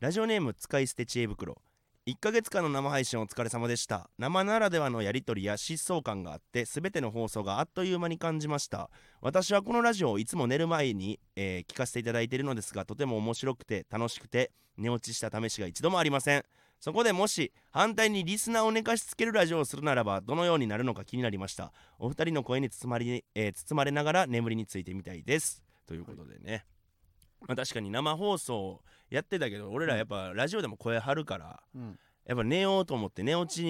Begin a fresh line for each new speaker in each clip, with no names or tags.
ラジオネーム使い捨て知恵袋1ヶ月間の生配信お疲れ様でした生ならではのやり取りや疾走感があって全ての放送があっという間に感じました私はこのラジオをいつも寝る前に、えー聞かせていただいているのですがとても面白くて楽しくて寝落ちした試しが一度もありませんそこでもし反対にリスナーを寝かしつけるラジオをするならばどのようになるのか気になりましたお二人の声に包まり、えー包まれながら眠りについてみたいですということでね、まあ、確かに生放送やってたけど俺らやっぱラジオでも声張るから
うん、
やっぱ寝ようと思って寝落ち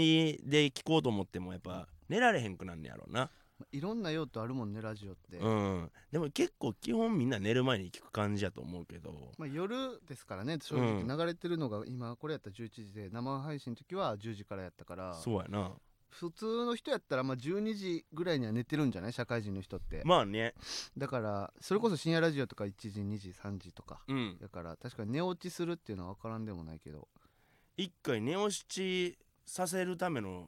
で聞こうと思ってもやっぱ寝られへんくなんねやろうな、
いろんな用途あるもんねラジオって、
うん、でも結構基本みんな寝る前に聞く感じやと思うけど
まあ、夜ですからね正
う
直
ん
流れてるのが今これやったら11時で生配信の時は10時からやったから
そうやな
普通の人やったらまあ12時ぐらいには寝てるんじゃない社会人の人って、
まあね
だからそれこそ深夜ラジオとか1時2時3時とか
うん
だから確かに寝落ちするっていうのは分からんでもないけど
一回寝落ちさせるための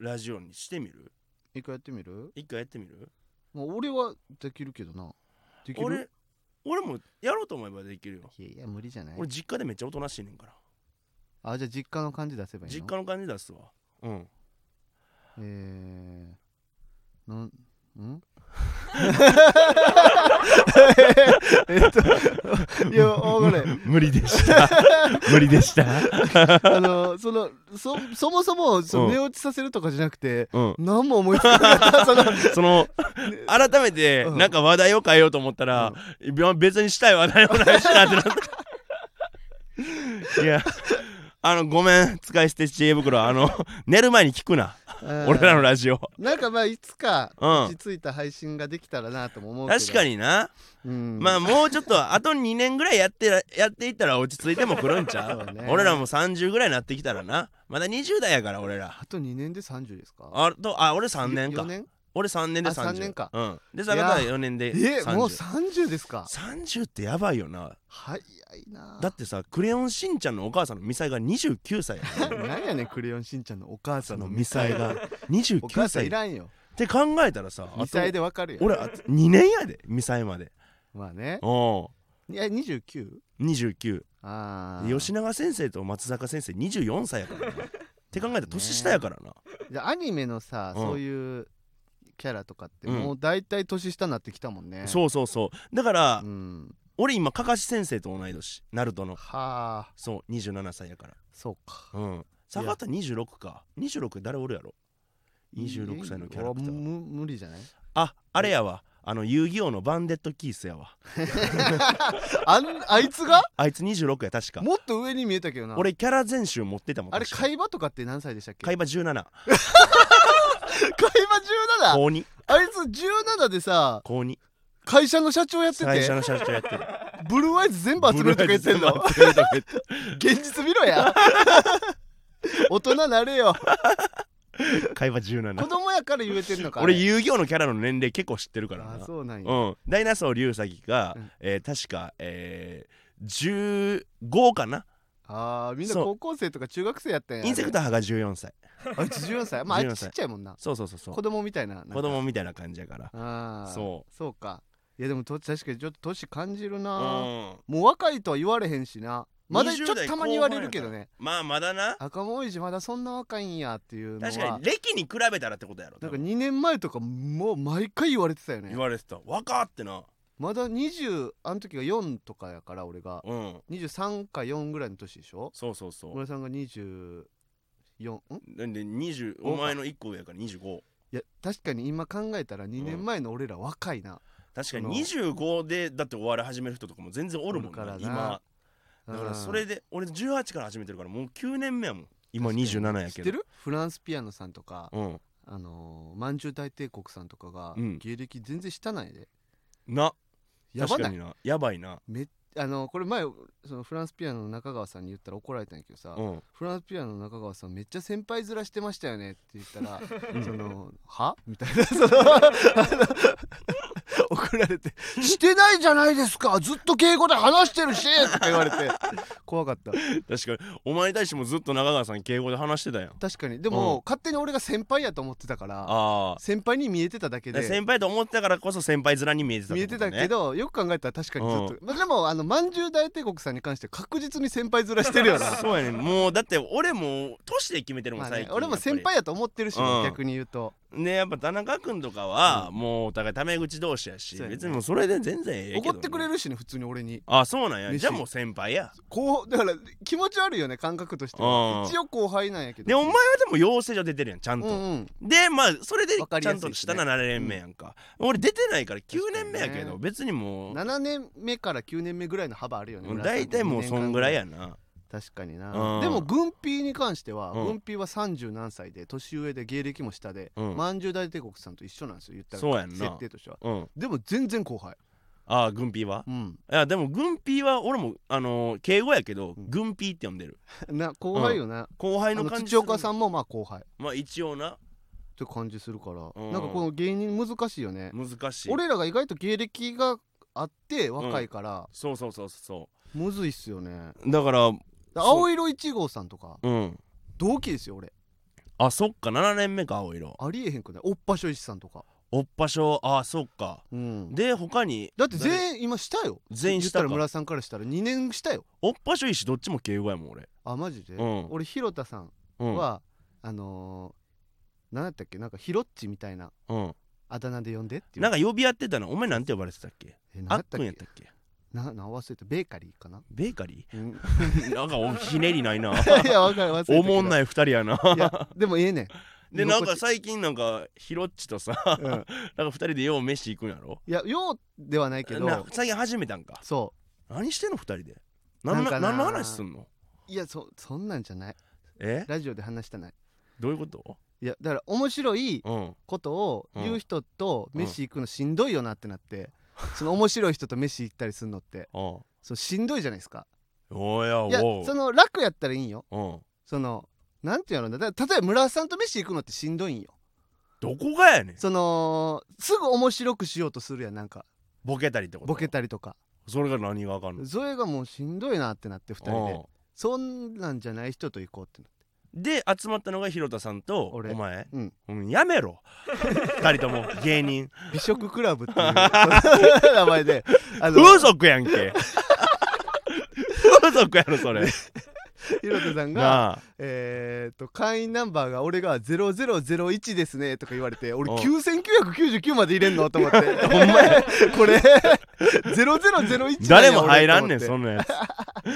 ラジオにしてみる
一回やってみる
一回やってみる
まあ俺はできるけどなできる
俺俺もやろうと思えばできるよ
いやいや無理じゃない
俺実家でめっちゃおとなしいねんから
あじゃあ実家の感じ出せばいいの
実家の感じ出すわうん
えー、なんん えっといやわかんない
無理でした無理でした
あのそのそそもそもそうの
ん
寝落ちさせるとかじゃなくて、
うん
何も思いつかなかったその
その改めて
うん
なんか話題を変えようと思ったら、べ別にしたい話題をないしなってなったいやあのごめん使い捨て知恵袋あの寝る前に聞くな 俺らのラジオ
なんかまあいつか
うん
落ち着いた配信ができたらなとも思うけど
確か
に、
にな、
うん、
まあもうちょっとあと2年ぐらいやってらやっていったら落ち着いてもくるんちゃ
そう
う
ね
俺らも30ぐらいになってきたらなまだ20代やから俺ら
あと2年で30ですか
あとあ俺3年
よ
か
四年
俺3年で
あ
30
3年か
うんで坂田は4年で
えもう
30
30ですか
30ってやばいよな
早いな
だってさ「クレヨンしんちゃん」のお母さんのミサイが29歳や ね
なんやねんクレヨンしんちゃんのお母さ
そ
んの
の
ミ
ミ
サ
サ
イ
イ
が
が
お
29
母さん
歳
い
っ
らんよ
て考えたらさあ
ミ
と
サイでわかるよ
俺あと2年やでミサイまで
まあね
お
いや 29?
う29
ああ
吉永先生と松坂先生24歳やからなって考えたら年下やからな
じゃあアニメのさ、
うん
そういうキャラとかって
うん
もう大体年下になってきたもんね
そうそうそうだから
うん
俺今かかし先生と同い年ナルトの
はあ
そう27歳やから
そうか
うん坂田26か26誰おるやろ26歳のキャラクタ
いい
ー
む無理じ ゃない
ああれやわあの遊戯王のバンデットキースやわ
あんあいつが
あいつ26や確か
もっと上に見えたけどな
俺キャラ全集持ってたもん
あれ
確か
海馬とかって何歳でしたっけ
海馬17
海馬 17!
高2
あいつ17でさ
高2
会社の社長やって
最初
て
の社長や ってる
ブルーアイズ全部集めるとか言ってんの
ブルーライト全部集めるとか言って
現実見ろや 大人なれよ
る海馬
子
17
供やから言えてんのか
俺
あれ
遊戯王のキャラの年齢結構知ってるから
あ
な
そうなんや、
うんダイナソー竜崎が
うん
えー確かえー15かな
あーみんな
そう
高校生とか中学生やったんや
インセクター派が14歳
あれあいつ14歳ま ああい
14
つち
歳
っちゃいもんな
そうそうそうそう
子供みたいななんか
子供みたいな感じやから
ああ
そう
そうかいやでもと確かにちょっと年感じる
う
な、
ん
もう若いとは言われへんしなまだちょっと
20代
たまに言われるけど
後半や
ね
からまあまだな
赤もみじまだそんな若いんやっていうのは
確かに歴に比べたらってことやろ
な
多
んか
分
2年前とかもう毎回言われてたよね
言われてた若ってな
まだ20あの時が4とかやから俺が
うん
23か4ぐらいの年でしょ
そうそうそう
村さんが24ん
なんで20
お
お前の1個上やから25
いや確かに今考えたら2年前の俺ら若いな、
確か
その
に25でだってお笑い始める人とかも全然おるもんな
おるからな
今
うん
だからそれで俺18から始めてるからもう9年目やもん今
確かに
27や
知
け
っ
ど
てるフランスピアノさんとか、
うん
あのー、まんじゅう大帝国さんとかが
うん
芸歴全然下ないで、
な
やば
確か
な
に
い
なやばいな
あのーこれ前そのフランスピアノの中川さんに言ったら怒られたんやけどさ、
うん
フランスピアノの中川さんめっちゃ先輩面してましたよねって言ったら
うん
その「は?」みたいなそのあの怒送られて「してないじゃないですかずっと敬語で話してるし」って言われて怖かった
確かにお前に対してもずっと中川さん敬語で話してたやん
確かにでも、
うん
勝手に俺が先輩やと思ってたから
あ
先輩に見えてただけ
あ
で
先輩と思ってたからこそ先輩面に見えてた
見えてたけ
ど
どよく考えたら確かにずっと、まあでもあのまんじゅう大帝国さんに関して確実に先輩面して るよ な
そうやねんもうだって俺もう年で決めてるもん
まあ
最
ね
近、
俺も先輩やと思ってるしね、
うん
逆に言うと
ねやっぱ田中君とかは
う
もうお互いタメ口同士やし、
そうやね
別にもうそれで全然ええけどね
怒ってくれるしね普通に俺に
あそうなんや
飯
じゃあもう先輩や
こうだから気持ち悪いよね感覚としては
うん
一応後輩なんやけど
でお前はでも養成所出てるやんちゃん
う
と、
んうん
でまあそれで
わかり
ちゃ
や
ん
すい
と
っす
下
ね
な7年目やんか、俺出てないから9
確か
年
に
目
ね
やけど、別にもう
7年目から9年目ぐらいの幅あるよね
もう大体もうそんぐらい
や
やな
確かに
うん
なでも軍ピーに関しては
うん
軍ピーは30何歳で年上で芸歴も下で
うん
まんじゅう大帝国さんと一緒なんですよ言ったら
そうやんな
設定としては
うん
でも全然後輩
ああ軍ピーは
うん
いやでも軍ピーは俺もあのー敬語やけど、
うん
軍ピーって呼んでる
な後輩よな
後輩
あ
の
の
感じ
土岡さ
ん
んもまあ後輩っ
まあ一応な
て感じするから
うん
なんかこの芸人難しいよね
難しい
俺らが意外と芸歴があって若いから
そうそうそうそ
むずいっすよね
うだからそう
青色1号さんとか
うん
同期ですよ俺
あそっか7年目か青色
ありえへんくないおっぱしょいしさんとか
おっぱしょああそっか
うん
で他に
だって全員今したよ
全員したか
言ったら村さんからしたら2年したよ
おっぱしょいしどっちも敬語やもん俺
あマジで、
うん
俺広田さん
うん
は、あのー、何やったっけなんかヒロッチみたいな
うん
あだ名で呼んでっていう
なんか呼び合ってたのお前なんて呼ばれてたっけ
え何
あ
や
っ
った
くんや
っ
っ
け
たっけ
なな忘れたベーカリー かな、
ベーカリ
うん、い
ーなんかおひねりないな
やわか る忘れたけど
おもんないい二人やな
やでもええねん
で
居
なん
心地
か最近なんかヒロッチとさ、
うん
なんか二人でよう飯行くんやろ
いやようではないけ
な
ど
最近始めたんか
そ
何してんの二人でなんな
なんかな
何の話すんの
ういやそそんなんじゃない
え
ラジオで話したない
どういうこと
いやだから面白い
うん
ことを言う人と
うん
飯行くのしんどいよなって なって、その面白い人と飯行ったりするのって
ああ
そうしんどいじゃないですか
おやお
いや
う
その楽やったらいいんよ
うん
そのなんていうのだから例えば村さんと飯行くのってしんどいんよ
どこがやねん
そのすぐ面白くしようとするやんなんか
ボケたりってこと
ボケたりとか
それが何がわかんの
それがもうしんどいなってなって2人でそんなんじゃない人と行こうっ てな
うんで集まったのが広田さんとお
俺
前
うん
うんやめ ろ二人とも芸人
美食クラブっていう 名前であの
風俗やんけ風俗やろそれ
広田さんが
なあ
えー、と会員ナンバーが俺が0001ですねとか言われて俺
うん
9999まで入れんのと思って
ほんまや
これ0001
誰も入らんねん
そ
そんなや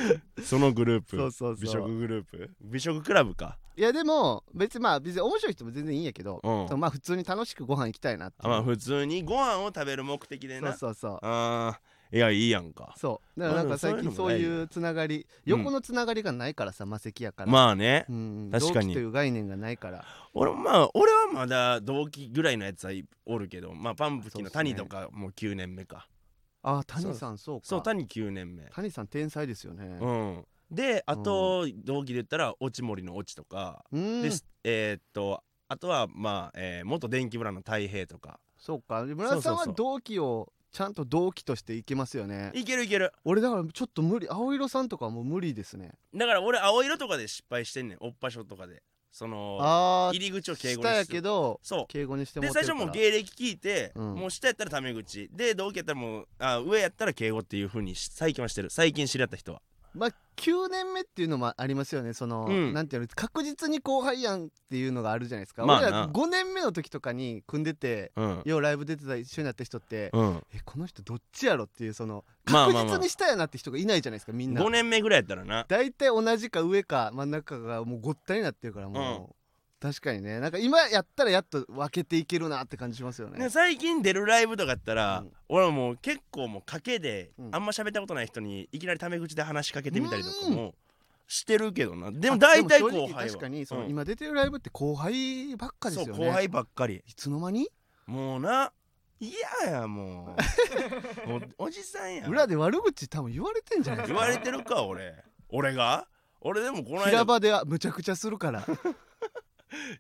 つそのグループ
そうそうそう
美食グループ美食クラブか
いやでも別にまあ別に面白い人も全然いいんやけど、
うん
そのまあ普通に楽しくご飯行きたいなってい
あ
う
まあ普通にご飯を食べる目的で
そう
な
そうそう
あーいやいいやんか
そうだからなん
まあ
か最近
そ
そうう
いうのもないよ
いうつながり横のつながりがないからさ魔石やから、
まあね
うん、
確かに
同期という概念がないから
俺もまあ俺はまだ同期ぐらいのやつはいおるけどまあパンプキンの
そうっす
谷
ね
とかもう9年目か
ああ谷さんそうか
そう谷9年目
谷さん天才ですよね
うんであと同期で言ったら落ち森の落ちとか
うん
ですえーっとあとはまあ、えー元電気ブラの太平とか
そうか村田さん
そう
は
そうそう
同期をちゃんと同期としていけますよね
いけるいける
俺だからちょっと無理青色さんとかはもう無理ですね
だから俺青色とかで失敗してんねんおっぱしょとかでその
あ
入
あ
り口を敬語に
下や
して
けど
そ
敬語にして
うで
もら
最
って
初
るか
も
ら
う芸歴聞いて、
うん
もう下やったらタメ口で同期やったらもうあ上やったら敬語っていうふうにし最近はしてる最近知り合った人は
まあ9年目っていうのもありますよねその、
うん
なんていうの確実に後輩やんっていうのがあるじゃないですか、
まあな
俺ら5年目の時とかに組んでて
うん
ようライブ出てた一緒になった人って、
うん
えこの人どっちやろっていうその
まあ
確
まあまあ
実に下やなって人がいないじゃないですかみんな
5年目ぐらいやったらな
大体同じか上か真ん中がもうごったになってるからもう、確かにねなんか今やったらやっと分けていけるなって感じしますよね
で最近出るライブとかやったら、
うん
俺はもう結構もう賭けで、
うん
あんま喋ったことない人にいきなりタメ口で話しかけてみたりとか
う
もしてるけどなでも大体
あ
後
でも
輩
正
は
直確かにその、
うん
今出てるライブって後輩ばっかです
そ
よ
う
ね
後輩ばっかり
いつの間に
もうな嫌やも うもうおじさんや
裏で悪口多分言われてんじゃないです
言
か
われてるか俺俺が俺でもこの間
平場ではむちゃくちゃする から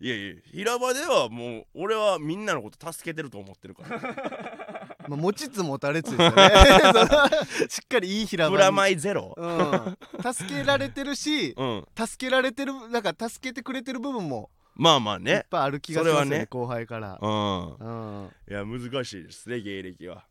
いやいや平場ではもう俺はみんなのこと助けてると思ってるから
まあ、持ちつ持たれつです よねそのしっかりいい平場に
プラマイゼロ
うん、助けられてるし
うん
助けられてるなんか助けてくれてる部分も
まあまあ
いっ
ね
ぱいある気がします
そ
よ
れ
ね
はね
後輩から、
うん
うん、
いや難しいですね芸歴は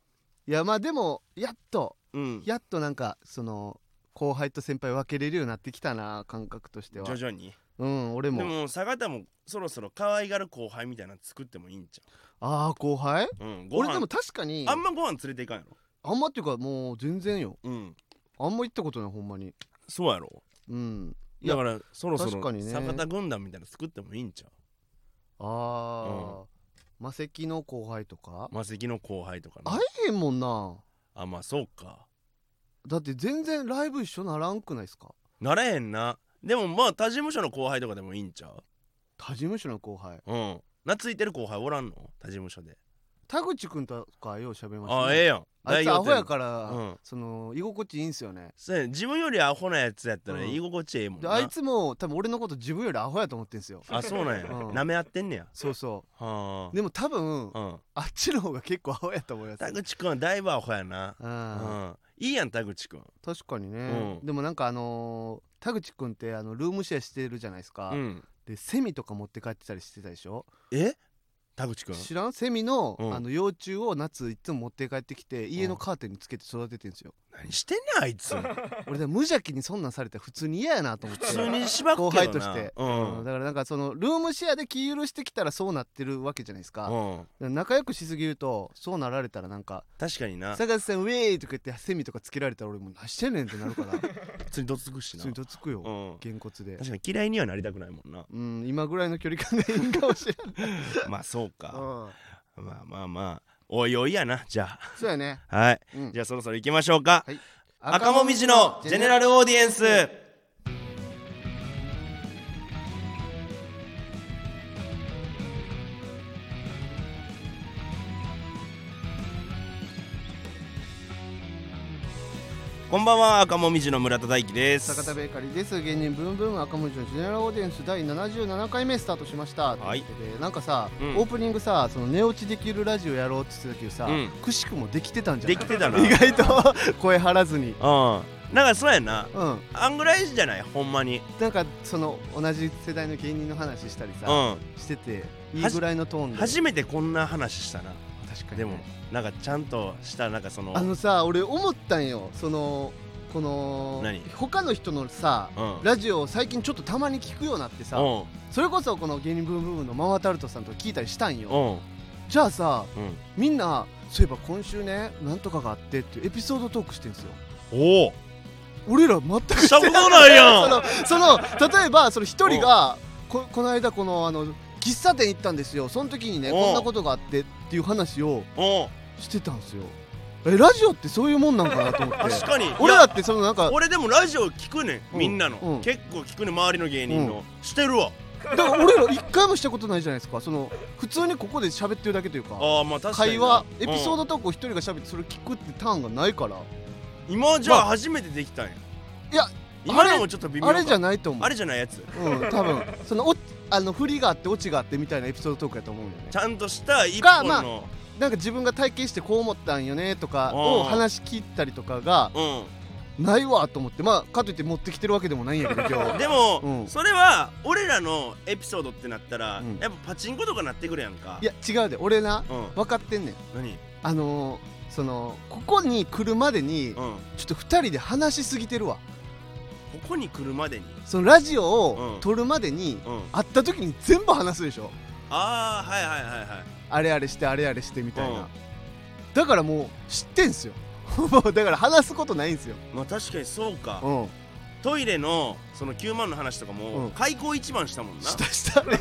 い
やまあでもやっと
うん
やっとなんかその後輩と先輩分けれるようになってきたな感覚としては
徐々に
うん俺も
でも坂田もそろそろ可愛がる後輩みたいなの作ってもいいんちゃ
ああ後輩
ううんご
俺で
飯
も確かに
あんまご飯連れていかんやろ
あんまっていうかもう全然よ
うん
あんま行ったことないほんまに
そうやろ
うんいや
だからそろそ
確か
ろ
にね
坂田軍団みたいなの作ってもいいんちゃう
ああ、マセキの後輩とか
魔石の後輩とかね
会えへんもんな
あまあそうか
だって全然ライブ一緒ならんくないですか
なれへんなでもまあ他事務所の後輩とかでもいいんちゃう
他事務所の後輩
うん懐いてる後輩おらんの他事務所で
田口くんとかよう喋りました、ね、
あええやん
あいつ
代表
アホ
店
やから、
うん
その居心地いいんすよね
そうやね自分よりアホなやつやったら
うん
居心地ええもん
で
な
あいつも多分俺のこと自分よりアホやと思ってんすよ
あそうなんや
うん
なめ合ってんねや
そうそ
は
うでも多分
あうん
あっちの方が結構アホやと思います
田口くんはだいぶアホやな
う
うんんいいやん田口くん
確かにね、
うん
でもなんかあのー田口くんってあのルームシェアしてるじゃないですか、
うん
でセミとか持って帰ってたりしてたでしょ、
え田口くん
知らんセミの,、
うん
あの幼虫を夏いつも持って帰ってきて家のカーテンにつけて育ててんすよ、
何してんねんあいつ
俺でも無邪気にそんなんされたら普通に嫌やなと思って
普通にしばくけどな
後輩として、
う
うん
ん
だからなんかそのルームシェアで気許してきたらそうなってるわけじゃないですか、
うん
仲良くしすぎるとそうなられたらなんか
確かに
「
な
坂田さんウェーイ!」とか言ってセミとかつけられたら俺もう何してんねんってなる から普
普通にどつくしな
通にどつくよ、
うん
げんこつで
確かに嫌いにはなりたくないもん な
うん今ぐらいの距離感がいいかもしれ ない、
まあそうか
うん
まあまあまあおいおいやなじゃ
そうやね、
あはい
うん
じゃあそろそろ行きましょうか
はい
赤もみじのジェネラルオーディエンスこんばんは赤もみじの村田大樹です
坂田ベーカリーです芸人ブンブン赤文字のジェネラルオーディエンス第77回目スタートしました
はい
ということでなんかさ、
うん
オープニングさその寝落ちできるラジオやろうって言ってたけどさ、
うん
くしくもできてたんじゃ
で
な
き
い
てたな
意外と 声張らずに
うんなんかそうやな
うん
あんぐらいじゃないほんまに
なんかその同じ世代の芸人の話したりさ、
う
してていいぐらいのトー
ん
ンで
初めてこんな話したな
確かにね
でもなんかちゃんとしたなんかその
あのさ俺思ったんよそのこの
何
他の人のさ
うん
ラジオを最近ちょっとたまに聞くようになってさ
うん
それこそこの芸人ブームブームのママタルトさんとか聞いたりしたんよ
うん
じゃあさ
うん
みんなそういえば今週ねなんとかがあってっていうエピソードトークしてんすよ
おお
俺ら全く
したことないや
そのその例えばその一人がここの間このあの喫茶店行ったんですよその時にね
うん
こんなことがあってっていう話を
お
してたんですよえラジオってそういうもんなんかなと思って
確かに
俺
い
ら
や
ってそのなんか
俺でもラジオ聞くね
うん
んみんな
う
の
ん
結構聞くねん周りの芸人のしてるわ
だから俺ら一回もしたことないじゃないですかその普通にここで喋ってるだけというか
ああまあ確かに
会
な
話エピソー
うん
ドトークを一人が喋ってそれ聞くってターンがないから
今じゃ
ま
あ初めてできたんや
いや
今のもちょっと微妙
あれじゃ
ない
ないと思う
あれじゃないやつ
うん多分そのおあの振りがあってオチがあってみたいなエピソードトークや と思うよね
ちゃんとした一
か
本
まあ
の
なんか自分が体験してこう思ったんよねとか
う
を
ん
話聞いたりとかが
う
ないわと思ってまあかといって持ってきてるわけでもないんやけど今
ん
日
で
う
も
ん
それは俺らのエピソードってなったら
うん
やっぱパチンコとかなってくるやんか
いや違うで俺な
うん
分かってんねん
何
あのー、そのここに来るまでにちょ
うん
っと2人で話しすぎてるわ
ここに来るまでに
そのラジオ
う
を
ん
撮るまでに
うん
会った時に全部話すでしょ
ああはいはいはいはい
あれあれしてあれあれしてみたいな、
うん
だからもう知ってんすよ もうだから話すことないんすよ、
まあ確かにそうか
うん、
トイレのその9万の話とか
う
も
ん
開口一番したもんな
したしたね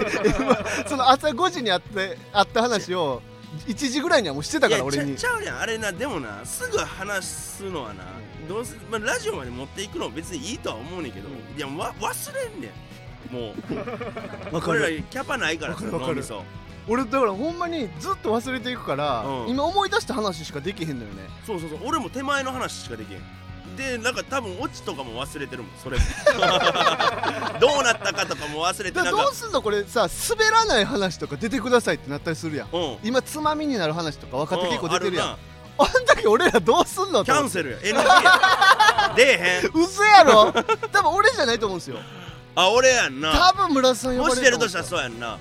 その朝5時に会って会った話を1時ぐらいにはもうしてたから俺
い
に
やちゃちゃうやんあれなでもなすぐ話すのはな、
うん
どうせ、まあ、ラジオまで持っていくのも別にいいとは思うねんけど、
う
いやわ忘れんねんもう
わかる
俺らキャパないから
わかるわか
脳
る
みそ
俺だからほんまにずっと忘れていくから、
うん
今思い出した話しかできへんのよね
そうそうそう俺も手前の話しかできへんでなんか多分オチとかも忘れてるもんそれ もどうなったかとかも忘れて
だ
な
か
ん
らど
か
うすんのこれさ滑らない話とか出てくださいってなったりするやん
うん
今つまみになる話とか若手結構出てるやんあ
うんあ
あん時俺らどうすんの
キャン
セ
セル NG 出えへん
ル嘘やろ多分俺じゃないと思うんですよ
あ俺やんな
多分村田さん呼
も
ば
し
れ
出
る
るとしたら
思
そ
う
うやんな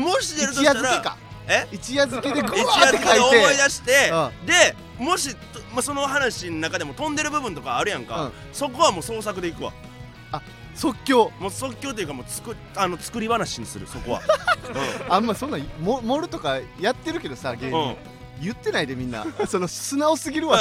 もし出ると
一
し
夜
た
漬け
ら
か
え
一夜漬けでグワ
一夜
ーっ
漬け
て
で
書い
思
て
い出して
う
でもしとまあその話の中でも飛んでる部分とかあるやんか、
うん
そこはもう創作でいくわ
即興
もう即興というかもう作あの作り話にするそ こは、
あんまそんなモモルとかやってるけどさ
う
芸
ん
人、
うん
言ってないでみ んなその素直すぎるわ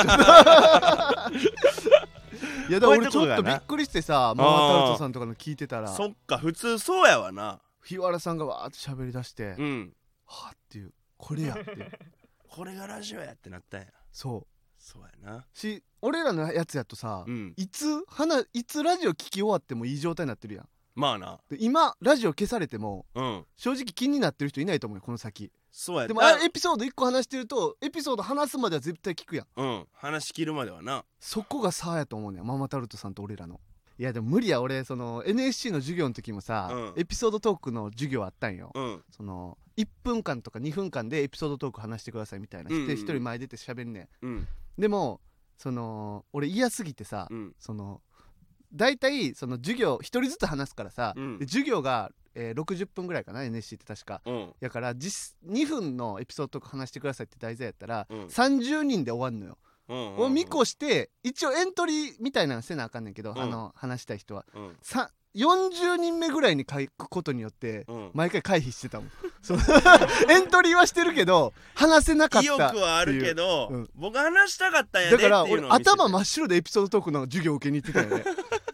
いやだ
こ
か
ういう
ら俺
と
ち
こ
ょ
がな
っとびっくりしてさママタルトさんとかの聞いてたら
そっか普通そうやわな
日原さんがわーって喋り出して、
うん
はあっていうこれやって
これがラジオやってなったんや
そう
そうやな
し俺らのやつやとさ、
うん
いつはいつラジオ聞き終わってもいい状態になってるやん
まあな
で今ラジオ消されても
うん
正直気になってる人いないと思うよこの先
そうや
でもあエピソード1個話してるとエピソード話すまでは絶対聞くやん
うん話し切るまではな
そこが差やと思うねんママタルトさんと俺らのいやでも無理や俺その NSC の授業の時もさ、
うん
エピソードトークの授業あったんよ、
うん
その1分間とか2分間でエピソードトーク話してくださいみたいな
うんうんうん
して一人前出て喋んねん
うん
でもその俺嫌すぎてさ、
うん
その大体その授業一人ずつ話すからさ、
うん
で授業が、えー60分ぐらいかな NSC って確か
うん
やから実2分のエピソードとか話してくださいって題材やったら、
うん
30人で終わんのよ、
うん
を見越して一応エントリーみたいなのせなあかんねんけど、
うん
あの話したい人は
うん
さ40人目ぐらいに書くことによって
うん
毎回回避してたもんそう エントリーはしてるけど話せなかっ
意
た
欲はあるけど、
うん
僕話したかったんやで
だ
ってい
か
うのを見せ
ら俺
て
頭真っ白でエピソードトークの授業受けに行ってた よね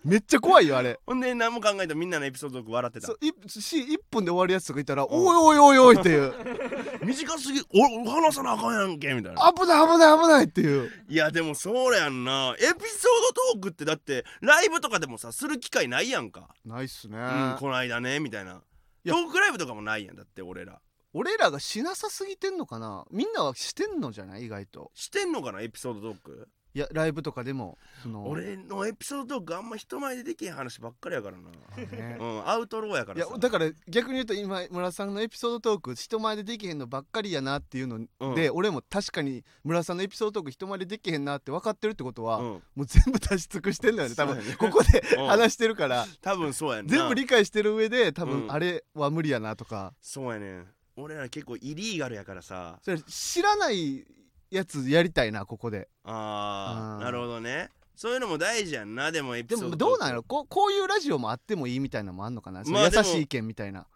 めっちゃ怖いよあれ
ほんで何も考えてみんなのエピソードトーク笑ってた
そういし1分で終わるやつとかいたら「おいおいおいおい」っていう
短すぎお話さなあかんやんけみたい
「
な
危ない危ない危ない」っていう
いやでもそうやんなエピソードトークってだってライブとかでもさする機会ないやんか
ないっすね、
うんこの間ねみたいなト
や
ークライブとかもないやんだって俺ら
俺らがしなさすぎてんのかなみんなはしてんのじゃない意外と
してんのかなエピソードトーク
いやライブとかでもその
俺のエピソードトークあんま人前でできへん話ばっかりやからな
ね
うんアウトローやか
い
ら
や
さ
だから逆に言うと今村さんのエピソードトーク人前でできへんのばっかりやなっていうので、俺も確かに村さんのエピソードトーク人前でできへんなって分かってるってことは、
う
も
ん
う全部出し尽くしてんだよね多
そ
分
うやね
ここで
うん
話してるから
多分そうやんな
全部理解してる上で多
う
分
ん
あれは無理やなとか、
そうやねん俺ら結構イリーガルやからさ
それ知らないやつやりたいなここで
あー
あー
なるほどねそういうのも大事やんなでもエピ
で
ソード
も
トー
どう
ク
なんやろこうこういうラジオもあってもいいみたいなのもあんのかな、その
まあで
優
も
しい意見みたいな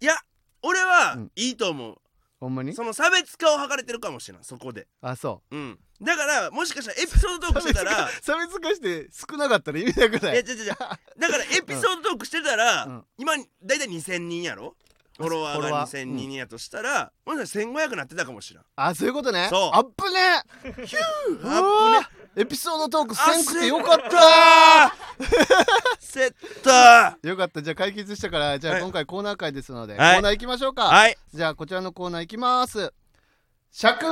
い
や俺は
うん
いいと思う、
ほんまに
その差別化を図れてるかもしれないそこで
あそ
う
う
んだからもしかしたらエピソードトーク してたら
差別化して少なかったら意味なくない
いや違う違うだからエピソードトークしてたら、
うん
今大体2000人やろフォロワー
フォロ
が
ワ
2000
ー
人やとしたら、もしかしたら1500なってたかもしれん
あそういうことね
そう
あっぶね
う
う
わ
わエピソードトークせんくてよかっ
あセッタ
たよかったじゃあ解決したからじゃ
は
あ
い
今回コーナー会ですので、
はい
コーナー行きましょうか、
ーはい
じゃあこちらのコーナー行きます尺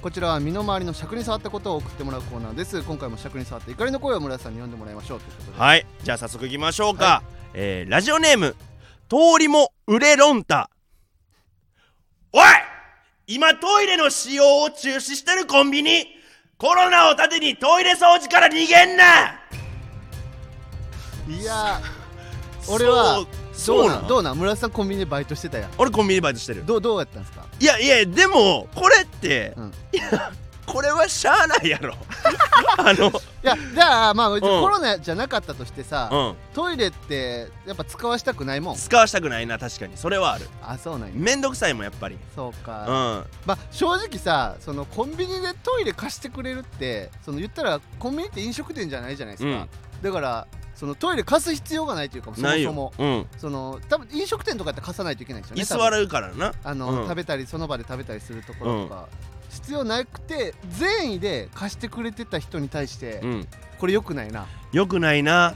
こちらは身の回りの尺に触ったことを送ってもらうコーナーです今回も尺に触って怒りの声を村田さんに読んでもらいましょうということで、
はいじゃあ早速いきましょうか、えーラジオネーム通りも売れ論太おい今トイレの使用を中止してるコンビニコロナを盾にトイレ掃除から逃げんない
やー俺は
そう
ど
そうう
な
なんん
どうなん村田さんコンビニでバイトしてたやん
俺コンビニバイトしてる
どうどうやったんですか
いやいやでもこれって、
うん
いやこれはしゃあないやろ あの
いやじゃあまあ、コ
うん
ロナじゃなかったとしてさ、
うん
トイレってやっぱ使わしたくないもん
使わしたくないな確かにそれはある
あそうなんや
めんどくさいもんやっぱり
そう
う
か、
ん
まあ正直さそのコンビニでトイレ貸してくれるってその言ったらコンビニって飲食店じゃないじゃないですか、だからそのトイレ貸す必要がないというかそも
ない
そ
よ
も、
うん、
その多分飲食店とかやって貸さないといけないんですよね
居
多
座
分
るからな
あの、
うん
食べたりその場で食べたりするところとか、必要なくて善意で貸してくれてた人に対して、
うん
これよくないな、
よくないな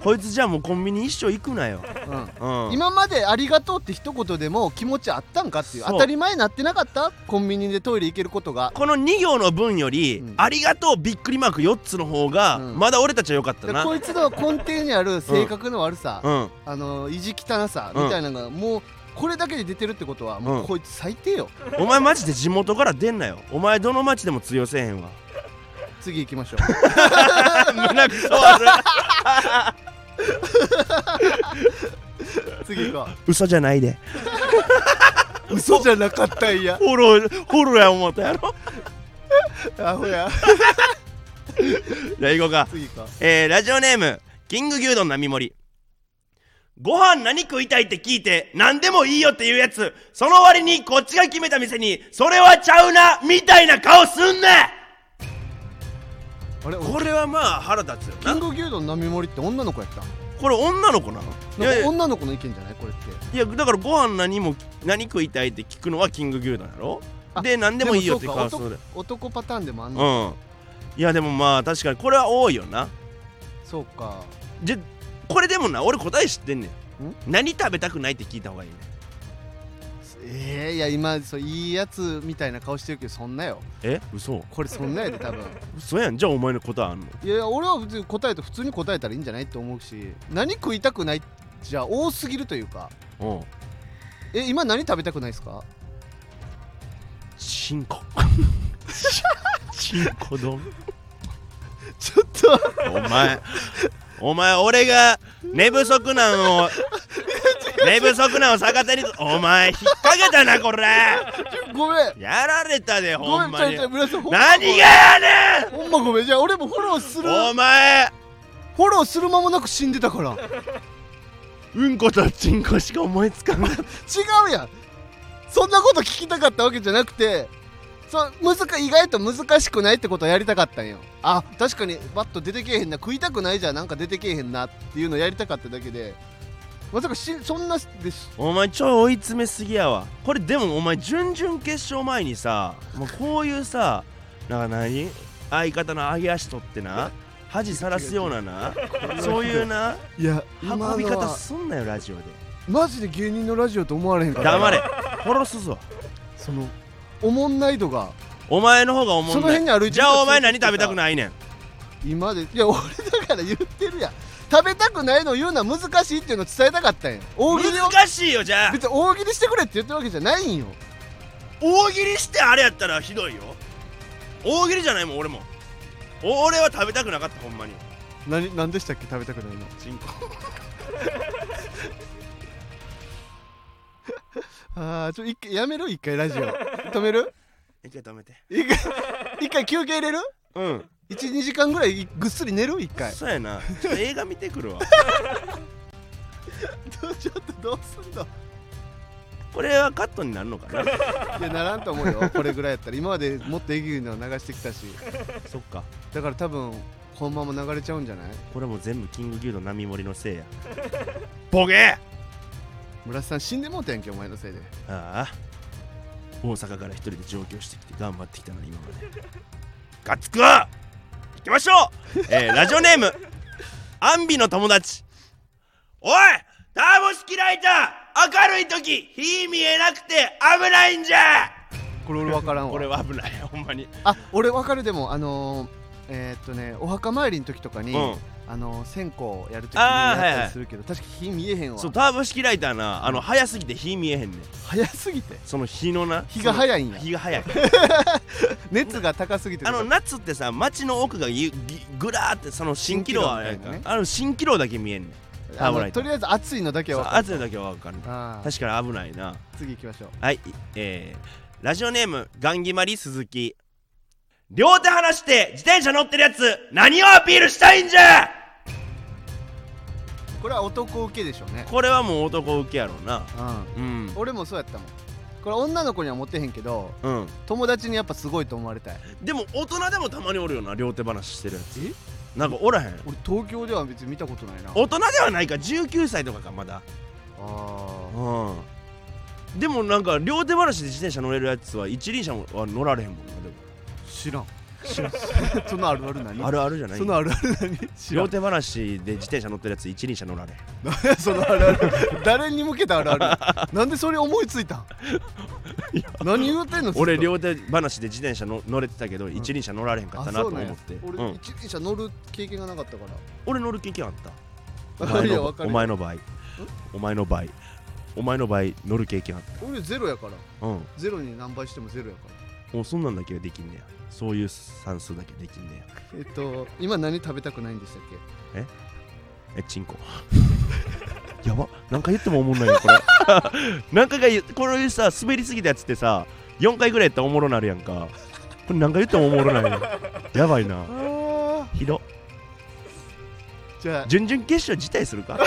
う
こいつじゃあもうコンビニ一生行くなよ、
んうん、
うん、
今まで「ありがとう」って一言でも気持ちあったんかっていう
そう
当たり前になってなかったコンビニでトイレ行けることが
この2行の分より、
うん
ありがとうびっくりマーク4つの方が、
うん
まだ俺たちは良かった
で
な
こいつの根底にある性格の悪さ、
うん
あの意地汚さみたいなのがもうこれだけで出てるってことはもううんこいつ最低よ、
お前マジで地元から出んなよお前どの町でも通用せえへんわ
次行き ましょ
胸くそ悪いう
次行こ
嘘じゃないで
う嘘じゃなかったんや
フォローフォローや思ったやろ
アホや
じゃあ行こうか
次か
えー、ラジオネームキング牛丼並盛ご飯何食いたいって聞いて何でもいいよって言うやつその割にこっちが決めた店にそれはちゃうなみたいな顔すんな
あれ
これはまあ腹立つ
キ
よ
ン
な
グ牛丼並盛りって女の子やった
これ女の子なのい
な
やい
んか
や
女の子の意見じゃないこれって
いやだからご飯何も何食いたいって聞くのはキング牛丼やろ
あ
で何でもいいよって
でも
顔
そ
す
う
る
男パターンでもあん
う
の、
んいやでもまあ確かにこれは多いよな
そうか
じゃこれでもな俺答え知ってんねん何食べたくないって聞いた方がいいね
えー、いや今そういいやつみたいな顔してるけどそんなよ
え嘘
これそんなやで多分
嘘やんじゃあお前の答えあんの
いやいや俺は普通に答えと普通に答えたらいいんじゃないと思うし何食いたくないじゃあ多すぎるというか
うん
え今何食べたくないですか
チン コチンコ丼
ちょっと
お前お前俺が寝不足なんを寝不足なんを逆手にお前引っ掛けたなこれ
ごめん
やられたで
ご
ほ
め
ん
ん
まに
ちゃうちゃう村瀬ほんま
何がやねん
ほんまごめんじゃあ俺もフォローする
お前
フォローする間もなく死んでたから違
うんことチンコしか思いつかんかった
うやんそんなこと聞きたかったわけじゃなくてそう難か意外と難しくないってことをやりたかったんよあ確かにバッと出てけえへんな食いたくないじゃんなんか出てけえへんなっていうのをやりたかっただけでまさかしそんなです
お前ちょい追い詰めすぎやわこれでもお前準々決勝前にさもうこういうさなんか何相方の揚げ足取ってな恥さらすようななそういうない
や
運び
今の
方
は
すんなよラジオで
マジで芸人のラジオと思われへんから
黙れ殺すぞ
そのおもんない度が
お前の方がおも
その
んな
辺
い
に歩いてる
じゃあお前何食べたく
い
ないねん
今でいや俺だから言ってるやん食べたくないのを言うのは難しいっていうのを伝えたかったんや大喜利を
難しいよじゃあ
別に大喜利してくれって言ってるわけじゃないんよ
大喜利してあれやったらひどいよ大喜利じゃないもん俺も俺は食べたくなかったほんまに
何何でしたっけ食べたくないの
チンコ
ああちょ一回やめる一回ラジオ止める
一回止めて
一回一回休憩入れる
うん
12時間ぐらいぐっすり寝る一 回
そうやなちょっと映画見てくる わ
どちょっとどうすんの
これはカットになるのかない
やならんと思うよこ れぐらいやったら今までもっとえぐいのを流してきたし
そっか
だから多分このまま流れちゃうんじゃない
これも全部キング牛丼並盛りのせ いやボケー
村瀬さん死んでもうたやんけお前のせいで
ああ大阪から一人で上京してきて頑張ってきたな今までガッツくわ行きましょう、えー、 ラジオネームアンビの友達おいターボ式ライター明るい時火見えなくて危ないんじゃ
これ俺分からんわ
これは危ないほんまに
あ俺分かるでもあのーえーっとねお墓参りの時とかに、
うん
あのー線香やる時に
あ
や
ー
った
はいは
り
い
するけど、確かに火見えへんわ
そうターボ式ライターなあの早すぎて火見えへんねん
早すぎて
その日のな
日が早いんや
その日が 早い
熱が高すぎて
あ
とか
の夏ってさ街の奥がゆぎぐらーってその蜃気楼はやるから
蜃気楼みたいなね
あの蜃気楼だけ見えんねん危
あ
な
の
い
とりあえず暑いのだけは分かる
暑いだけは分かんない
あー
確かに危ないな
次行きましょう
はいえー、ラジオネームガンギマリ鈴木両手離して自転車乗ってるやつ何をアピールしたいんじゃ
これは男受けでしょうね、
これはもう男受けやろうな
うん、
うん
俺もそうやったもんこれ女の子にはモテへんけど
うん
友達にやっぱすごいと思われたい
でも大人でもたまにおるよな両手話してるやつなんかおらへん
俺東京では別に見たことないな
大人ではないか19歳とかかまだ
あ
うんでもなんか両手話で自転車乗れるやつは一輪車は乗られへんもんなで
ー知らん知らん そのあるある何
もあるあるじゃない
そのあるある何知らん
両手話で自転車乗ってるやつ一輪車乗られへん
何や そのあるある誰に向けたあるあるなんでそれ思いついたん何言うてんの
俺
ずっと
両手話で自転車の乗れてたけど一輪車乗られへんかったな
あ
と
そうなんや
思ってう
俺
ん
一輪車乗る経験がなかったから
俺乗る経験あったお
わか
前
るよ
の
わかる
お
よ
前の場合お前の場合お前の場合乗る経験あっ
俺ゼロやから
たうん
ゼロに何倍してもゼロやから
もうそんなんだけはできんねやそういう算数だけできんねや
えっと今何食べたくないんでしたっけ
えチンコ やばなんか言ってもおもんないよこれ なんかが言うこれさ滑りすぎたやつってさ4回ぐらいやったらおもろなるやんかこれなんか言ってもおもろないよやばいな
あ
ひど
じゃあ
準々決勝辞退するか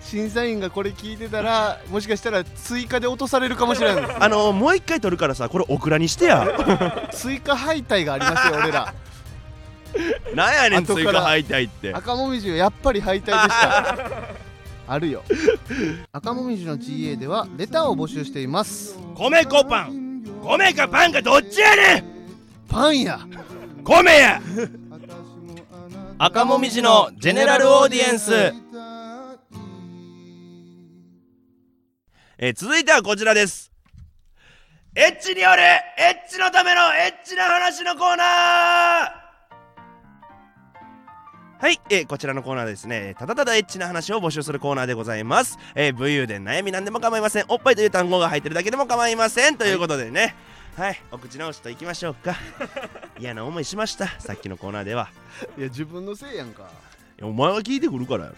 審査員がこれ聞いてたらもしかしたら追加で落とされるかもしれない
あのもう一回取るからさこれオクラにして や
追加敗退がありますよ俺ら
なんやねん
後か
追
ら
加敗退って
赤もみじはやっぱり敗退でしたあるよ赤もみじの GA ではレターを募集しています
米粉パン米かパンかどっちやねん
パンや
米や 赤もみじのジェネラルオーディエンスえー続いてはこちらです。エッチによるエッチのためのエッチな話のコーナーはい、えーこちらのコーナーですね、ただただエッチな話を募集するコーナーでございます。えー武勇伝、悩みなんでも構いません。おっぱいという単語が入ってるだけでも構いません。ということでね、はい、お口直しといきましょうか。 嫌な思いしました、さっきのコーナーでは。
いや自分のせいやんか
いやお前は聞いてくるからやろ。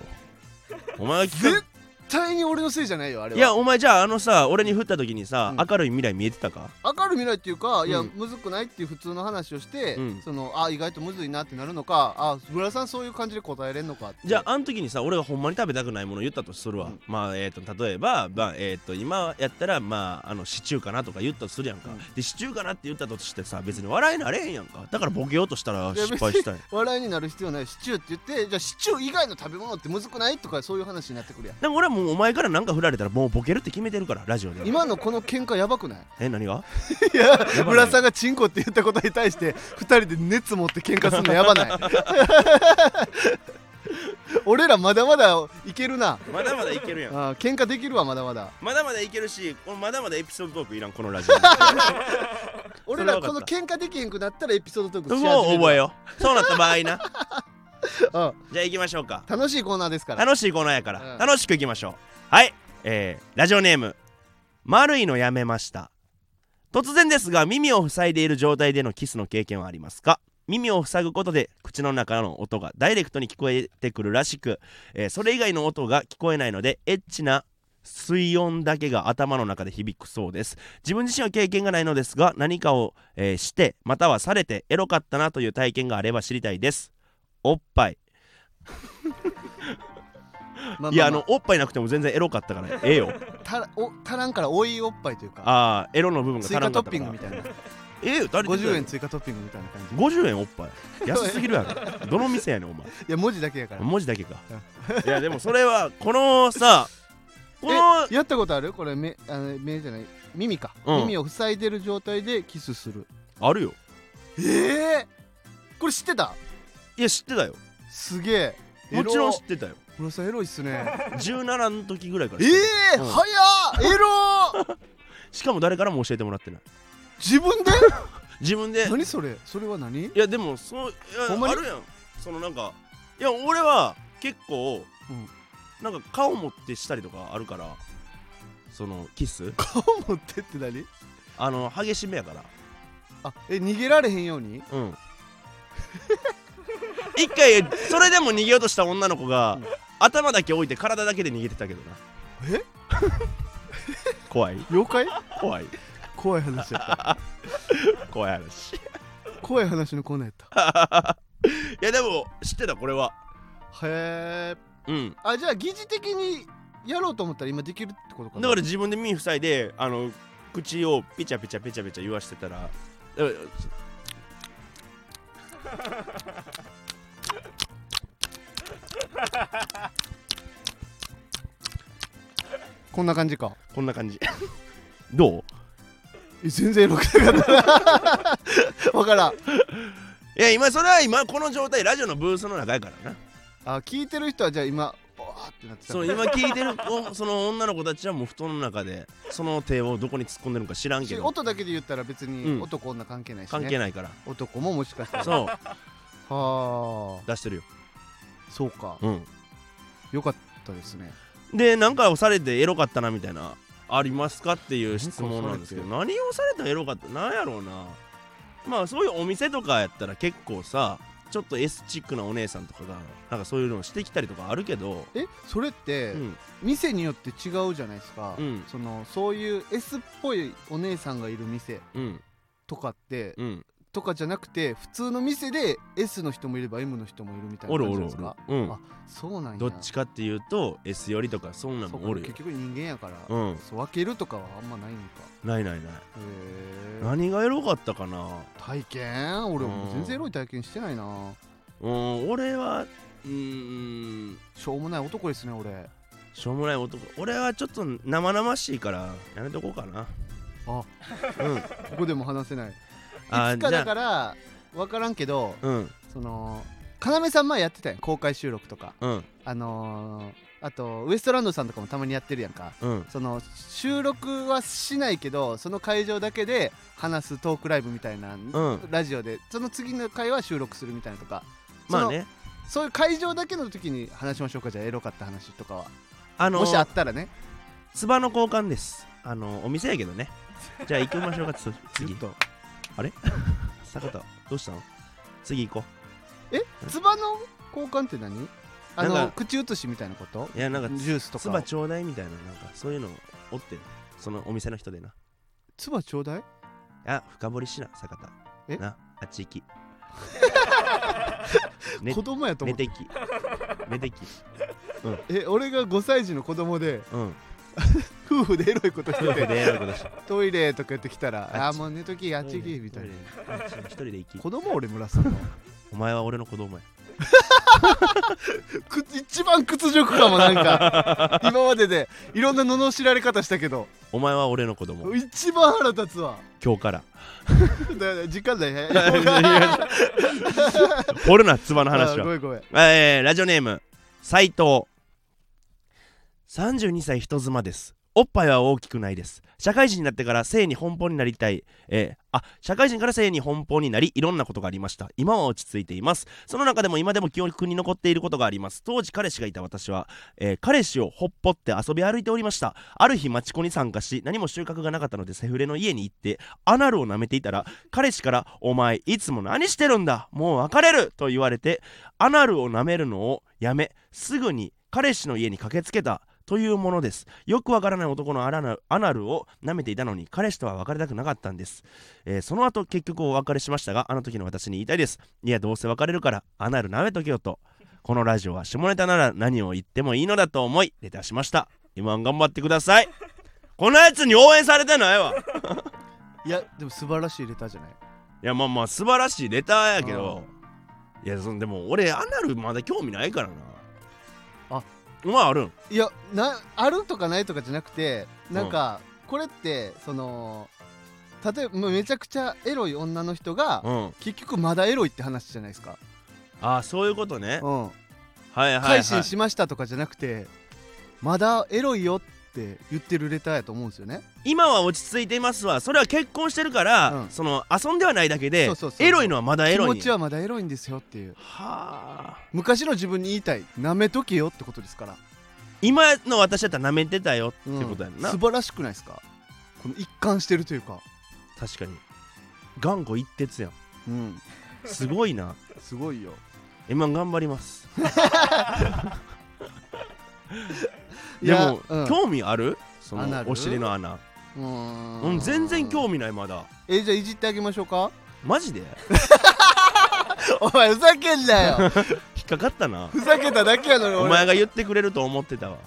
お前は聞
絶
く。
対に俺のせいじゃないよあれはい
や、お前じゃあ、あのさ、俺に振った時にさ、
うん
明るい未来見えてたか
明るい未来っていうか、いや
うん
むずくないっていう普通の話をして、
うん
そのあ意外とむずいなってなるのかあ村さんそういう感じで答えれんのかって
じゃああの時にさ俺がほんまに食べたくないものを言ったとするわ、
うん
まあえっ、と例えば、まあえー、と今やったらまああのシチューかなとか言ったとするやんか、
うん
でシチューかなって言ったとしてさ別に笑いなれへんやんかだからボケようとしたら
いや
失敗したんや
笑いになる必要ないシチューって言ってじゃあシチュー以外の食べ物ってむずくないとかそういう話になってくるやん
でも俺はもうお前からなんか振られたらもうボケるって決めてるからラジオで
今のこの喧嘩やばくない
え何が
いや
いね
村さんがチンコって言ったことに対して2人で熱持って喧嘩するのやばない 俺らまだまだいけるな
まだまだいけるやん
あ喧嘩できるわまだまだ
まだまだいけるしこのまだまだエピソードトークいらんこのラ ジオ
俺
そ
ら
れは分か
こ
った
の喧嘩できへんくなったらエピソードトークし始める
もう覚えようそうなった場合な
あ
じゃあ行きましょうか
楽しいコーナーですから
楽しいコーナーやから、
うん
楽しくいきましょうはいえー、ラジオネーム「丸いのやめました」突然ですが耳を塞いでいる状態でのキスの経験はありますか耳を塞ぐことで口の中の音がダイレクトに聞こえてくるらしく、えーそれ以外の音が聞こえないのでエッチな水音だけが頭の中で響くそうです自分自身は経験がないのですが何かを、えーしてまたはされてエロかったなという体験があれば知りたいですおっぱい
まあまあまあ
いやあのおっぱいなくても全然エロかったからええよ
たらお足らんから多いおっぱいというか
ああエロの部分が足ら
追加
んか
ト
ったか
ッピ
ら
ングみたいな
ええよ誰
50円追加トッピングみたいな感じい
50円おっぱ い安すぎるやろどの店やねんお前
や文字だけやから
文字だけかいやでもそれはこのさこの
えやったことあるこれ目あの目じゃない耳か、
うん
耳を塞いでる状態でキスする
あるよ
ええこれ知ってた
いや知ってたよ
すげえ
もちろん知ってたよ
エロ村さんエロいっす ね
17の時ぐらいから知
え
ってた
え
うん
早っエロー
しかも誰からも教えてもらってない
自分 で
自分で
何それそれは何
いやでもそういや
ほんまに
あるやんそのなんかいや俺は結構、
うん
なんか顔持ってしたりとかあるからそのキス
顔持ってって何
あの激しめやから
あえ逃げられへんように
うん 一回それでも逃げようとした女の子が、
うん
頭だけ置いて体だけで逃げてたけどな
え
怖い
妖怪
怖い
怖い話やった
怖い話い
怖い話のコーナーやった
やでも知ってたこれは
へ
う
え
ん
あじゃあ疑似的にやろうと思ったら今できるってことか
だ
な
から自分で耳塞いであの口をピチャピチャピチャピチャ言わしてたらえ
こんな感じか
こんな感じどう
え全然エロくなかった分からん
いや今それは今この状態ラジオのブースの中やからな
あ聞いてる人はじゃあ今わーってなってた
その今聞いてるお その女の子たちはもう布団の中でその手をどこに突っ込んでるのか知らんけ
し
ど
音だけで言ったら別
うん
に男女関係ないしね、
関係ないから
男ももしかしたらは
そう
あ
出してるよ
そうか
うん
よかったですね
でなんかをされてエロかったなみたいなありますかっていう質問なんですけど
な
何をされたらエロかったなんやろうなまあそういうお店とかやったら結構さちょっと S チックなお姉さんとかがなんかそういうのをしてきたりとかあるけど
えそれっ
う
て、
ん
店によって違うじゃないですか、
うん
そのそういう S っぽいお姉さんがいる店
うん
とかって、
うん
とかじゃなくて普通の店で S の人もいれば M の人もいるみたいな
おる
感
お
じな
る
ん
お
です
る
か
うん
あそうなんや
どっちかっていうと S 寄りとかそんなん
そう
も
か
おるよ
結局人間やから、
うん
そう分けるとかはあんまないのか
ないないない
へえ
何がエロかったかな
体験俺
うん
もう全然エロい体験してないな
うん俺はうーん
しょうもない男ですね俺
しょうもない男俺はちょっと生々しいからやめとこうかな
あ
うん
ここでも話せないい
あ
つか
じゃ
だ
あ
から分からんけど
うん
その要さん前やってたやん公開収録とか
うん
あのー、あとウエストランドさんとかもたまにやってるやんか
うん
その収録はしないけどその会場だけで話すトークライブみたいな、
ん
ラジオでその次の回は収録するみたいなとか
まあね
そういう会場だけの時に話しましょうかじゃあエロかった話とかは、
あの
もしあったらね
つばの交換ですあのお店やけどねじゃあ行きま しょうかつ
ち
次
ょっと
坂田どうしたの次行こ
えつばの交換って何あ
なん
の
か
口移しみたいなこと
ういやなんか
ジュースと
つば
か
ちょうだいみたいななんかそういうのおってんそのお店の人でな
つばちょうだい
あ深掘りしな坂田
え
なあっち行きね
子供やと思
寝
って
てき寝てき
え俺が5歳児の子供で
うん
夫婦でエロいことし て
夫婦
て
でやることし
トイレとかやってきたら
あっ
ああ
ち
ーもう寝ときあっち行きみたいな
な一人で行き
子供俺 村さんの
お前は俺の子供や
く一番屈辱かもなんか今まででいろんな罵られ方したけど
お前は俺の子供
一番腹立つわ
今日から
だから時間ないね
掘るなつばの話
あーご
は
めんごめん
えーラジオネーム斉藤32歳人妻ですおっぱいは大きくないです社会人になってから性に奔放になりたいえーあ社会人から性に奔放になりいろんなことがありました今は落ち着いていますその中でも今でも記憶に残っていることがあります当時彼氏がいた私は、えー彼氏をほっぽって遊び歩いておりましたある日町子に参加し何も収穫がなかったのでセフレの家に行ってアナルを舐めていたら彼氏から「お前いつも何してるんだもう別れる!」と言われてアナルを舐めるのをやめすぐに彼氏の家に駆けつけたというものですよくわからない男のアナアナルを舐めていたのに彼氏とは別れたくなかったんです、えーその後結局お別れしましたがあの時の私に言いたいですいやどうせ別れるからアナル舐めとけよとこのラジオは下ネタなら何を言ってもいいのだと思いレターしました M1 頑張ってくださいこのやつに応援されてないわ
いやでも素晴らしいレターじゃない
いやまあまあ素晴らしいレターやけどいやそのでも俺アナルまだ興味ないからな
あ
お前あるん
いやなあるとかないとかじゃなくてなんか、これってその例えばもうめちゃくちゃエロい女の人が、
うん
結局まだエロいって話じゃないですか、
ああそういうことね
うん
はいはいはい
改心しましたとかじゃなくてまだエロいよって言ってるレターやと思うんですよね
今は落ち着いていますわそれは結婚してるから、
うん
その遊んではないだけで
そうそうそうそう
エロいのはまだエ
気
ロい
持
んや
ちはまだエロいんですよっていう
はあ
昔の自分に言いたいなめとけよってことですから、
今の私だったら舐めてたよ
う
ってことやんな、
素晴らしくないですかこの一貫してるというか
確かに頑固一徹やん
うん
すごいな
すごいよ
M1 頑張り ます
い
で
や
も、
うん
興味あるそ
アナ
の
ル
お尻の穴
う
う
ー
ん全然興味ないまだ
えじゃあいじってあげましょうか
マジで
お前ふざけんな よ
引っかかったな
ふざけただけやのに
お
俺
前が言ってくれると思ってたわ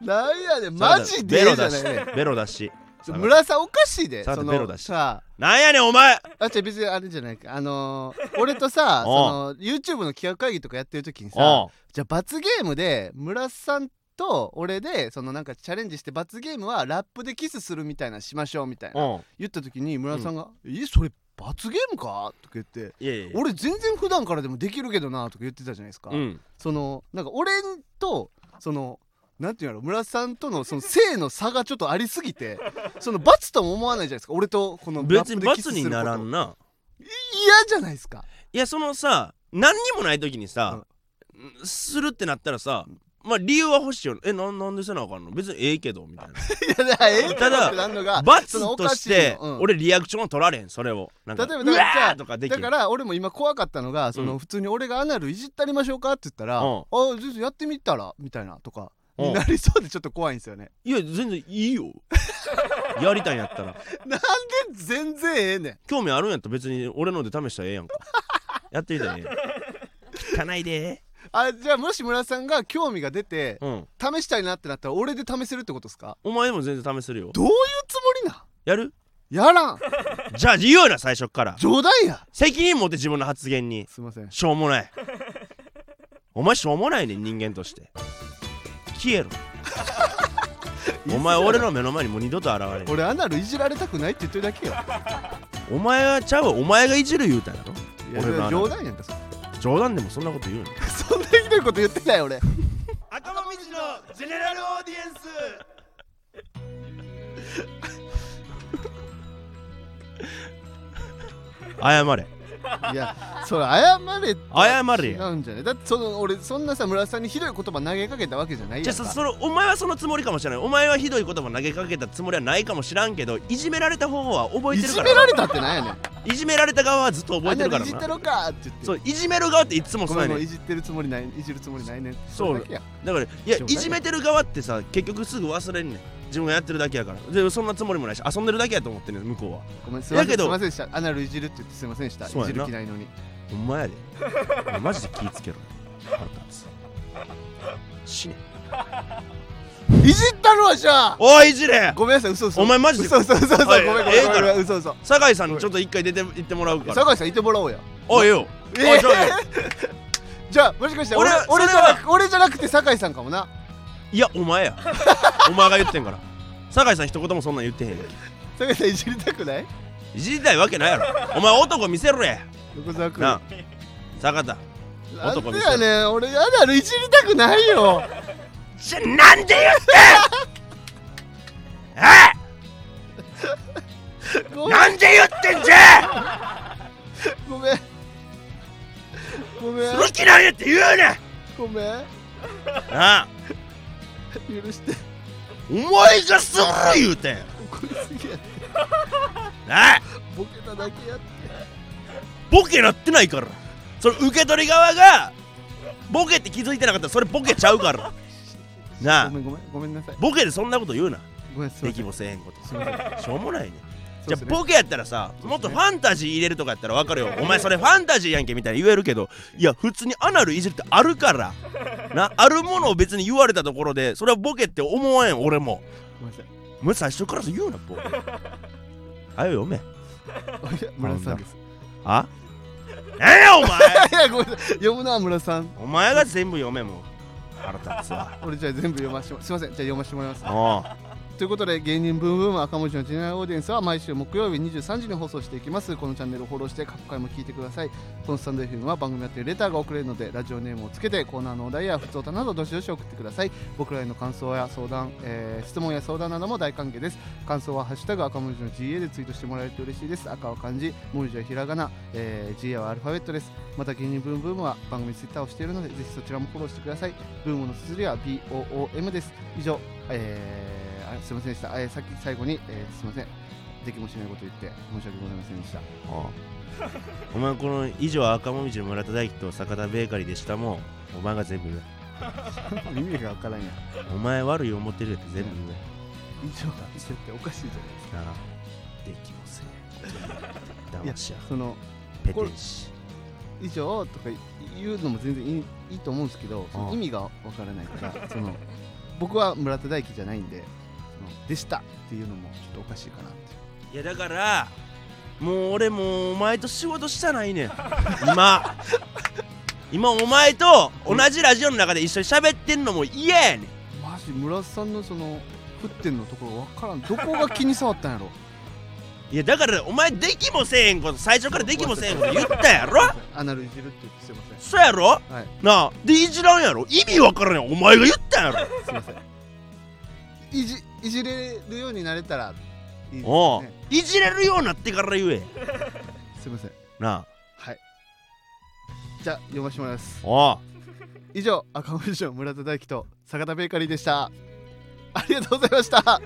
なんやねんマジで
ベロ
じゃ
だ
な
し
いね
ベロだし
ちょ村さんおかしいで
さて
そ
ベロだ
の
し
さ
なんやねんお前
あ違う別にあれじゃないかあのー、俺と さその YouTube の企画会議とかやってる時にさ
おう
じゃあ罰ゲームで村さんと俺でそのなんかチャレンジして罰ゲームはラップでキスするみたいなしましょうみたいな
おう
言った時に村さんが「えそれ罰ゲームか?」とか言って
いやいやいや
「俺全然普段からでもできるけどな」とか言ってたじゃないですか、
うん
そのなんか俺とそのなんていうんやろ村さんとのその性の差がちょっとありすぎて その罰とも思わないじゃないですか俺とこのラッ
別
プ
に
でキ
罰
スすること
にならんな
嫌じゃないですか
いやそのさ何にもない時にさ
うん
するってなったらさまあ理由は欲しいよえななんでせなあかんの別にええけどみたいな
いやだからええけどってなんのが
罰
そのお
と
か
し
いよ
て
うん
俺リアクションを取られへんそれをなんか
例えば
う
だ
わ
からじゃあ
ーとかでき
だ
る
から俺も今怖かったのがその、
うん
普通に俺がアナルいじったりましょうかって言ったら「
うん
ああ全然やってみたら」みたいなとか
うん
になりそうでちょっと怖いんですよね。
いや全然いいよ やりたいんやったら
なんで全然ええねん。
興味あるんやったら別に俺ので試したらええやんかやってみたらええやん汚いで
あじゃあもし村さんが興味が出て
うん
試したいなってなったら俺で試せるってことですか
お前でも全然試せるよ
どういうつもりな
やる
やらん
じゃあ言うな最初っから
冗談や
責任持って自分の発言に
すいません
しょうもないお前しょうもないねん人間として消 えろお前俺の目の前にもう二度と現れる
俺アナルいじられたくないって言ってるだけよ
お前はちゃうわお前がいじる言うたんやろ
いや
俺のアナル
冗談やんかそれ
冗談でもそんなこと言うの
そんなひどいこと言ってない俺
赤もみじのジェネラルオーディエンス謝れ
いやそれ謝れとは
謝れ
違
や
うんじゃないだってその俺そんなさ村さんにひどい言葉投げかけたわけじゃないやん
じゃ
か
あそそのお前はそのつもりかもしれないお前はひどい言葉投げかけたつもりはないかもしらんけどいじめられた方は覚え
い
てる
じ
か
めら
ら
れたってなんやねん
いじめられた側はずっと覚えてるか
あんなにい
ら
じった
な
ろかって言って
そういじめる側っていつもそ
ご
う
め
や
んご
ね
めん
ん
いじってるつもりないいじるつもりないねん
そう
れだけや
だからいや
しょうがない
いじめてる側ってさ結局すぐ忘れんねん自分がやってるだけやからでそんなつもりもないし遊んでるだけやと思ってんねん向こうは
ごめんすいません
やけど
すいませんでしたアナルいじるって言ってすいませんでしたい
そうや
じ
な
る気ないのに
ほんまやで。 お前マジで気ぃつけろ。腹立つ死ね。
いじったのはじゃあ
おい、いじれ
ごめんなさい嘘嘘
お前マジで
嘘嘘嘘嘘ご
おい
めんごめんご
え
め
え
ん
から
ごめん嘘嘘
酒井さんにちょっと一回出て行ってもらうから。
酒井さんいてもらおうや
おいよ。
え
おいちょっと
じゃあもしかして俺
俺
俺
そ
じ
れ
ゃ
は
なく俺じゃなくて酒井さんかもない
や、お前や。 お前が言ってんから。酒井さん一言もそんなん言ってへんやん
酒井さんいじりたくない
いじりたいわけないやろ。お前男見せろや。
横澤君
なあ。坂田。
なん
男
で
見せ
や
る
ねん俺やだろいじりたくない よ
じゃ、なんで言ってんあ
ご
あ
めん
なんで言ってんじゃ
ごめんごめん
好きなんやって言うな
ごめん
ああ
許して
お前がする言うてんや
怒りすぎやって
なあ
ボケただけやって
ボケなってないからそれ受け取り側がボケって気づいてなかったらそれボケちゃうからなあ
ごめんごめんごめんなさい
ボケでそんなこと言うな
ごめんすい
でき
ません
もせえへんこと
すいません
しょうもないね
そ
じ
うで
ゃ
す
あ
ね
ボケやったらさもっとファンタジー入れるとかやったらわかるよお前それファンタジーやんけみたいに言えるけどいや普通にアナルいじるってあるからなあるものを別に言われたところでそれはボケって思わへん俺も
ごめんなさい
お前最初からそう言うな ボケあよ読め
あいや村さんです
あなんやお前
いやごめんなさい読むな村さん
お前が全部読めもう腹立つ わ
俺じゃあ全部読ましてもすいませんじゃあ読ませてもらいます
おう
ということで芸人ブームブーム赤文字のジェネラルオーディエンスは毎週木曜日23時に放送していきますこのチャンネルをフォローして各回も聞いてくださいこのスタンド FM は番組やっているレターが送れるのでラジオネームをつけてコーナーのお題や普通歌などどしどし送ってください僕らへの感想や相談、えー質問や相談なども大歓迎です感想は「ハッシュタグ赤文字の GA」でツイートしてもらえると嬉しいです赤は漢字文字はひらがな、えー GA はアルファベットですまた芸人ブームブームは番組ツイッターをしているのでぜひそちらもフォローしてくださいブームの綴りは BOOM です以上、えーあすいませんでした、えーさっき最後に、えーすいませんできもしないこと言って申し訳ございませんでした
おうお前この以上赤もみじの村田大樹と坂田ベーカリーでしたもんお前が全部言う
耳がわからんや
お前悪い思ってるやつ全部言う
以上が以上っておかしいじゃないですか
なあできません
いや
騙しや
その
ペテン師
以上とか言うのも全然いいいいと思うんですけどその意味がわからないからその僕は村田大樹じゃないんでそのでしたっていうのもちょっとおかしいかなって
いやだからもう俺もうお前と仕事したないねん今今お前と同じラジオの中で一緒に喋ってんのも嫌やねん
マジ村田さんのその振ってんのところわからんどこが気に触ったんやろ
いやだからお前できもせえへんこと最初からできもせえへんこと言ったやろ
アナルいじるって言ってすいません
そうやろ
はい
なあでいじらんやろ意味わからんやんお前が言ったんやろ
すいませんいじいじれるようになれたらいいです
おう
ね
いじれるようになってから言え
すいません
なあ
はいじゃあ読ませてもらいます
おう
以上赤文字村田大樹と坂田ベーカリーでしたありがとうございました